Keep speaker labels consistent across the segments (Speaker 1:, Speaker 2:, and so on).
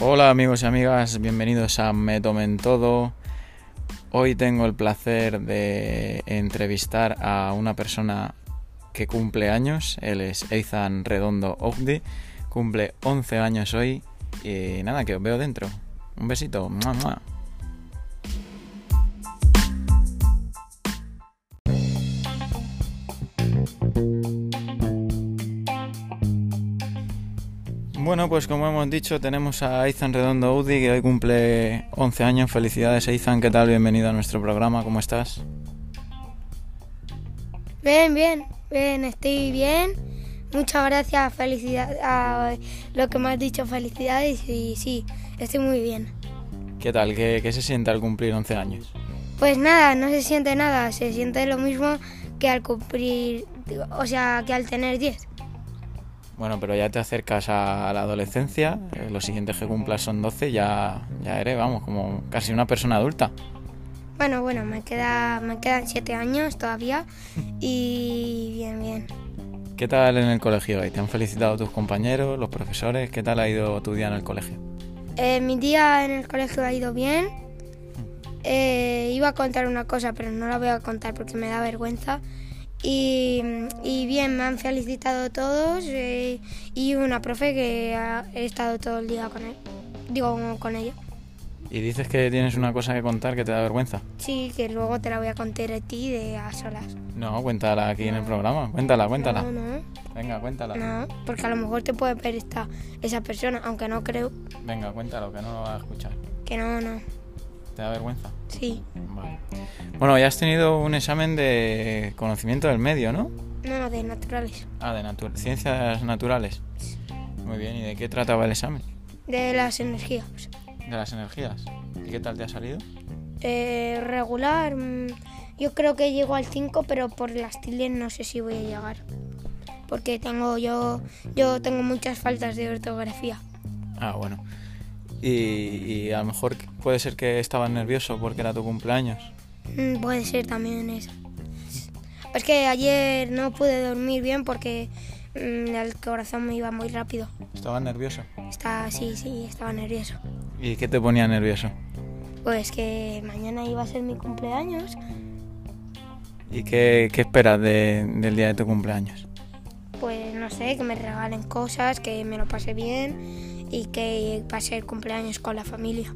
Speaker 1: Hola amigos y amigas, bienvenidos a Me Tomen Todo. Hoy tengo el placer de entrevistar a una persona que cumple años. Él es Ethan Redondo Ogdi, cumple 11 años hoy y nada, que os veo dentro. Un besito. ¡Mua, mua! Bueno, pues como hemos dicho, tenemos a Izan Redondo Udi, que hoy cumple 11 años. Felicidades, Izan. ¿Qué tal? Bienvenido a nuestro programa. ¿Cómo estás?
Speaker 2: Bien, bien, bien, estoy bien. Muchas gracias, felicidades a lo que me has dicho, felicidades y sí, estoy muy bien.
Speaker 1: ¿Qué tal? ¿Qué, qué se siente al cumplir 11 años?
Speaker 2: Pues nada, no se siente nada, se siente lo mismo que al cumplir, o sea, que al tener 10.
Speaker 1: Bueno, pero ya te acercas a la adolescencia. eh, Los siguientes que cumplas son 12. Ya, ya eres, vamos, como casi una persona adulta.
Speaker 2: Bueno, bueno, me, queda, me quedan 7 años todavía y bien, bien.
Speaker 1: ¿Qué tal en el colegio hoy? ¿Te han felicitado tus compañeros, los profesores? ¿Qué tal ha ido tu día en el colegio?
Speaker 2: Eh, mi día en el colegio ha ido bien. Eh, iba a contar una cosa, pero no la voy a contar porque me da vergüenza. Y, y bien, me han felicitado todos eh, y una profe que ha- he estado todo el día con él. Digo, con ella.
Speaker 1: Y dices que tienes una cosa que contar que te da vergüenza.
Speaker 2: Sí, que luego te la voy a contar a ti de a solas.
Speaker 1: No, cuéntala aquí en el programa. Cuéntala, cuéntala.
Speaker 2: No, no,
Speaker 1: Venga, cuéntala.
Speaker 2: no, porque a lo mejor te puede ver esta, esa persona, aunque no creo
Speaker 1: Venga, cuéntalo, que no lo va a escuchar.
Speaker 2: que no, no.
Speaker 1: ¿Te da vergüenza?
Speaker 2: Sí,
Speaker 1: Vale. Bueno, ya has tenido un examen de conocimiento del medio, ¿no?
Speaker 2: no, de naturales.
Speaker 1: Ah, de natu- ciencias naturales. Muy bien, ¿y de qué trataba el examen?
Speaker 2: De las energías.
Speaker 1: De las energías. ¿Y qué tal te ha salido?
Speaker 2: Eh, regular. mm, Yo creo que llego al 5, pero por las tildes no sé si voy a llegar. Porque tengo yo yo tengo muchas faltas de ortografía.
Speaker 1: Ah, bueno. Y, y a lo mejor puede ser que estabas nervioso porque era tu cumpleaños.
Speaker 2: Mm, Puede ser también eso. Es que ayer no pude dormir bien porque mm, el corazón me iba muy rápido.
Speaker 1: Estabas nervioso.
Speaker 2: Estaba, sí, sí, estaba nervioso.
Speaker 1: ¿Y qué te ponía nervioso?
Speaker 2: Pues que mañana iba a ser mi cumpleaños.
Speaker 1: ¿Y qué, qué esperas de- del día de tu cumpleaños?
Speaker 2: Pues no sé, que me regalen cosas, que me lo pase bien y que pase el cumpleaños con la familia.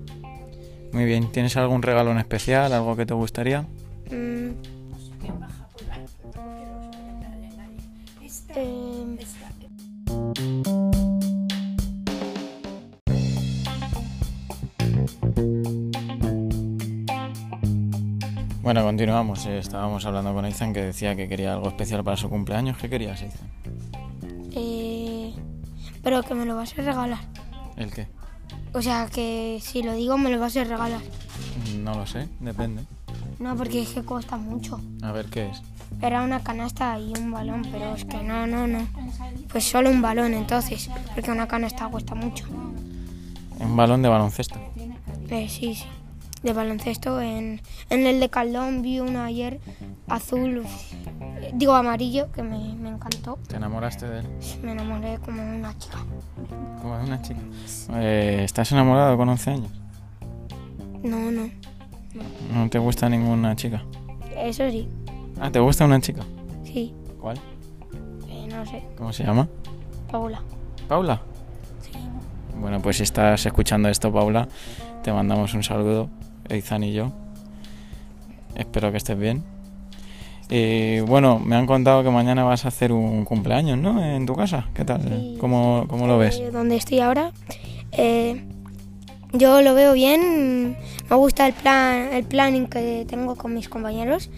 Speaker 1: Muy bien, ¿tienes algún regalo en especial? ¿Algo que te gustaría?
Speaker 2: Mm, em,
Speaker 1: Bueno, continuamos. Eh, Estábamos hablando con Ethan que decía que quería algo especial para su cumpleaños. ¿Qué querías, Ethan?
Speaker 2: eh, pero que me lo vas a regalar.
Speaker 1: ¿El qué?
Speaker 2: O sea, que si lo digo, me lo vas a regalar.
Speaker 1: No lo sé, depende.
Speaker 2: No, porque es que cuesta mucho.
Speaker 1: A ver qué es.
Speaker 2: Era una canasta y un balón, pero es que no, no, no. Pues solo un balón entonces, porque una canasta cuesta mucho.
Speaker 1: Un balón de baloncesto.
Speaker 2: Eh, sí, sí. De baloncesto, en, en el de Caldón vi uno ayer azul, uf, eh, digo amarillo, que me, me encantó.
Speaker 1: ¿Te enamoraste de él?
Speaker 2: Me enamoré como una chica.
Speaker 1: Como de una chica. Eh, ¿Estás enamorado con 11 años?
Speaker 2: No, no.
Speaker 1: No te gusta ninguna chica.
Speaker 2: Eso sí,
Speaker 1: Ah, ¿te gusta una chica?
Speaker 2: sí.
Speaker 1: ¿Cuál?
Speaker 2: Eh, no sé,
Speaker 1: ¿Cómo se llama?
Speaker 2: Paula.
Speaker 1: ¿Paula? Bueno, pues si estás escuchando esto, Paula, te mandamos un saludo, Izan y yo. Espero que estés bien. Y bueno, me han contado que mañana vas a hacer un cumpleaños, ¿no? En tu casa. ¿Qué tal?
Speaker 2: Sí,
Speaker 1: ¿Cómo, cómo lo ves?
Speaker 2: Eh, donde estoy ahora. eh, yo lo veo bien. mm, Me gusta el plan, el planning que tengo con mis compañeros.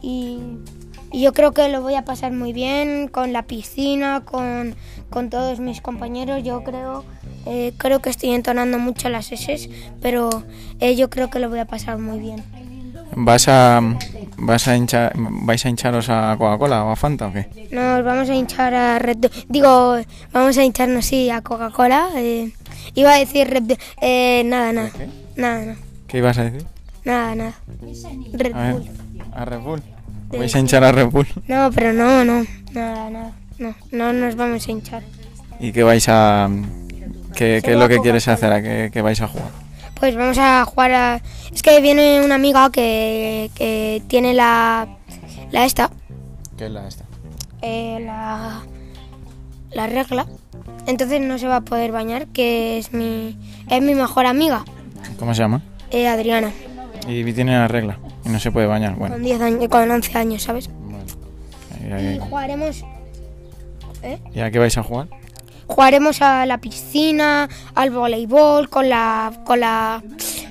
Speaker 2: Y, y yo creo que lo voy a pasar muy bien con la piscina, con, con todos mis compañeros. Yo creo, eh, creo que estoy entonando mucho las S, pero eh, yo creo que lo voy a pasar muy bien.
Speaker 1: ¿Vas a, vas a hinchar, vais a hincharos a Coca-Cola o a Fanta o qué?
Speaker 2: Nos vamos a hinchar a Red Bull. Digo, vamos a hincharnos, sí, a Coca-Cola. eh. iba a decir Red Bull. Eh, nada, nada.
Speaker 1: ¿Qué?
Speaker 2: Nada, nada.
Speaker 1: ¿Qué ibas a decir?
Speaker 2: Nada, nada. Red
Speaker 1: A, ver,
Speaker 2: Bull.
Speaker 1: a Red Bull. ¿Vais a hinchar a Red Bull?
Speaker 2: No, pero no, no. Nada, nada. No, no nos vamos a hinchar.
Speaker 1: ¿Y qué vais a, ¿Qué, qué es lo que quieres hacer? ¿A qué, qué vais a jugar?
Speaker 2: Pues vamos a jugar a... Es que viene una amiga que, que tiene la... La esta.
Speaker 1: ¿Qué es la esta?
Speaker 2: eh, la, la regla. Entonces no se va a poder bañar, que es mi, es mi mejor amiga,
Speaker 1: ¿Cómo se llama?
Speaker 2: eh, Adriana,
Speaker 1: Y tiene la regla y no se puede bañar. Bueno,
Speaker 2: con 10 años, eh, con 11 años, ¿sabes?
Speaker 1: bueno.
Speaker 2: Y
Speaker 1: Eh,
Speaker 2: jugaremos,
Speaker 1: ¿Y a qué vais a jugar?
Speaker 2: jugaremos a la piscina, al voleibol, con la, con la,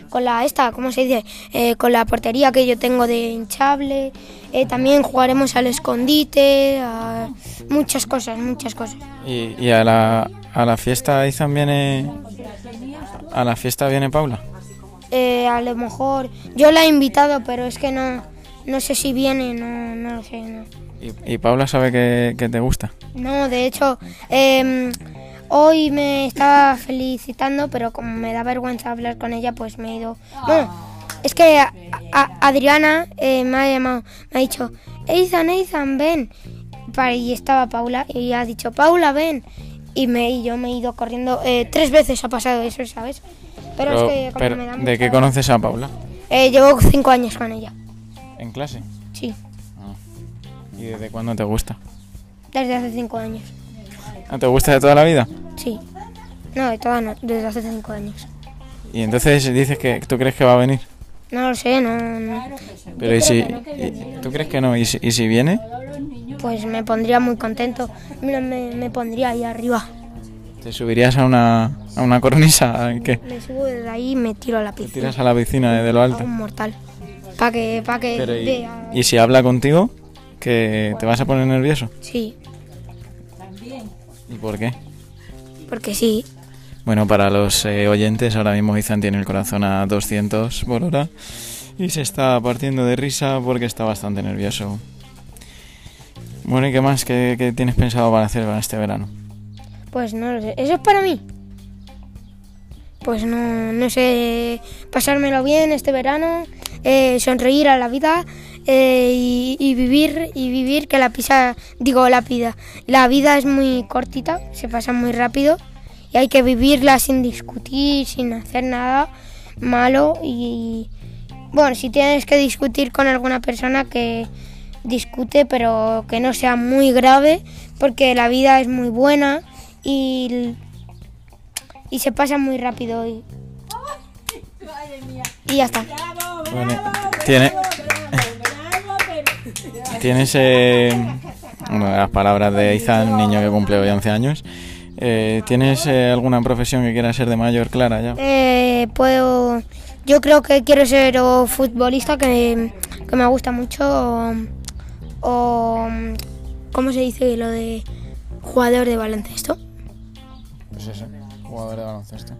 Speaker 2: con la esta, ¿cómo se dice? Eh, con la portería que yo tengo de hinchable. Eh, también jugaremos al escondite, a muchas cosas, muchas cosas.
Speaker 1: ¿Y, y a, la, a la fiesta Izan viene... ¿A la fiesta viene Paula?
Speaker 2: Eh, a lo mejor yo la he invitado, pero es que no, no sé si viene, no, no lo sé. No,
Speaker 1: ¿Y, y Paula sabe que, que te gusta?
Speaker 2: No, de hecho, em, hoy me estaba felicitando, pero como me da vergüenza hablar con ella, pues me he ido. Bueno, es que a- a- Adriana eh, me ha llamado, me ha dicho, Ethan, Ethan, ven. Pa- Y estaba Paula y ha dicho, Paula, ven. Y, me, y yo me he ido corriendo. eh, tres veces ha pasado eso, ¿sabes? Pero, es que como
Speaker 1: pero,
Speaker 2: me da
Speaker 1: ¿De qué
Speaker 2: mucha-
Speaker 1: conoces a Paula?
Speaker 2: Eh, llevo cinco años con ella.
Speaker 1: ¿En clase?
Speaker 2: Sí,
Speaker 1: Ah. ¿Y desde cuándo te gusta?
Speaker 2: desde hace cinco años.
Speaker 1: ¿Ah, ¿Te gusta de toda la vida?
Speaker 2: Sí. No, de todas no, desde hace cinco años.
Speaker 1: Y entonces dices que tú crees que va a venir.
Speaker 2: No lo sé, no, no.
Speaker 1: Pero ¿y si y- tú crees que no? ¿Y si, y si viene?
Speaker 2: Pues me pondría muy contento. Mira, me, me pondría ahí arriba.
Speaker 1: ¿Te subirías a una, a una cornisa? ¿Qué?
Speaker 2: Me subo desde ahí y me tiro a la
Speaker 1: ¿Te
Speaker 2: piscina.
Speaker 1: tiras a la piscina desde lo
Speaker 2: Hago
Speaker 1: alto?
Speaker 2: un mortal. Pa' que, pa' que
Speaker 1: Pero y,
Speaker 2: vea.
Speaker 1: y si habla contigo? ¿Que te vas a poner nervioso?
Speaker 2: Sí,
Speaker 1: ¿Y por qué?
Speaker 2: porque sí.
Speaker 1: Bueno, para los eh, oyentes, ahora mismo Izan tiene el corazón a 200 por hora y se está partiendo de risa porque está bastante nervioso. Bueno, ¿y qué más? ¿Qué, qué tienes pensado para hacer para este verano?
Speaker 2: Pues no lo sé. ¿Eso es para mí? Pues no, no sé. Pasármelo bien este verano, eh, sonreír a la vida eh, y, y vivir, y vivir que la pisa, digo, la vida. La vida es muy cortita, se pasa muy rápido y hay que vivirla sin discutir, sin hacer nada malo y... Bueno, si tienes que discutir con alguna persona que discute, pero que no sea muy grave, porque la vida es muy buena y, l- y se pasa muy rápido. Y, y ya está.
Speaker 1: Bueno, tiene, tienes eh, una de las palabras de Izan, niño que cumple hoy 11 años. Eh, ¿Tienes eh, alguna profesión que quieras ser de mayor, Clara? Ya?
Speaker 2: Eh, puedo, yo creo que quiero ser o futbolista, que, que me gusta mucho, o, o, ¿Cómo se dice lo de jugador de baloncesto?
Speaker 1: Pues eso, jugador de baloncesto.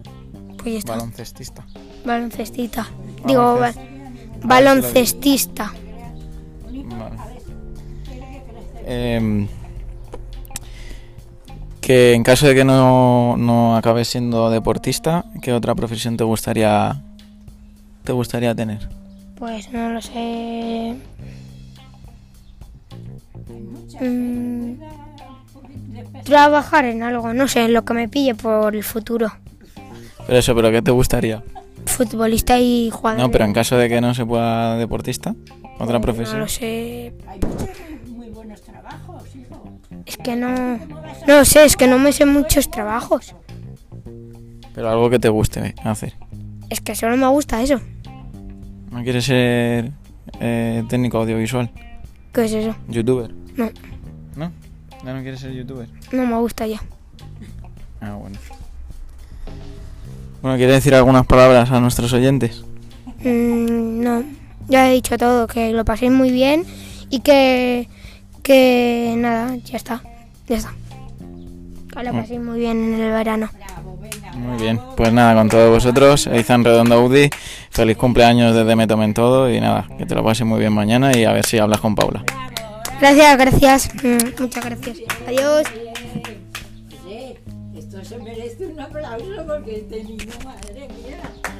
Speaker 2: Pues ya está.
Speaker 1: Baloncestista.
Speaker 2: Baloncestita. Digo, ba- baloncestista.
Speaker 1: Vale. Em, que en caso de que no, no acabes siendo deportista, ¿qué otra profesión te gustaría te gustaría tener?
Speaker 2: Pues no lo sé. Mm, trabajar en algo, no sé, en lo que me pille por el futuro.
Speaker 1: Pero eso, pero ¿qué te gustaría?
Speaker 2: Futbolista y jugador.
Speaker 1: No, pero en caso de que no se pueda deportista, otra
Speaker 2: No
Speaker 1: profesión.
Speaker 2: lo sé. Es que no. No lo sé, es que no me sé muchos trabajos.
Speaker 1: Pero algo que te guste hacer.
Speaker 2: Es que solo me gusta eso.
Speaker 1: ¿No quieres ser eh, técnico audiovisual?
Speaker 2: ¿Qué es eso?
Speaker 1: ¿Youtuber?
Speaker 2: No,
Speaker 1: ¿No? ¿No, no quieres ser youtuber?
Speaker 2: no me gusta ya.
Speaker 1: Ah, bueno. Bueno, ¿quieres decir algunas palabras a nuestros oyentes?
Speaker 2: Mm, no, ya he dicho todo, que lo paséis muy bien y que, que nada, ya está, ya está. Que lo paséis muy bien en el verano.
Speaker 1: Muy bien, pues nada, con todos vosotros, Izan Redondo Udi, feliz cumpleaños desde Me Tomen Todo y nada, que te lo pases muy bien mañana y a ver si hablas con Paula.
Speaker 2: Gracias, gracias, mm, muchas gracias. Adiós.
Speaker 3: Esto se merece un aplauso porque este niño, madre mía.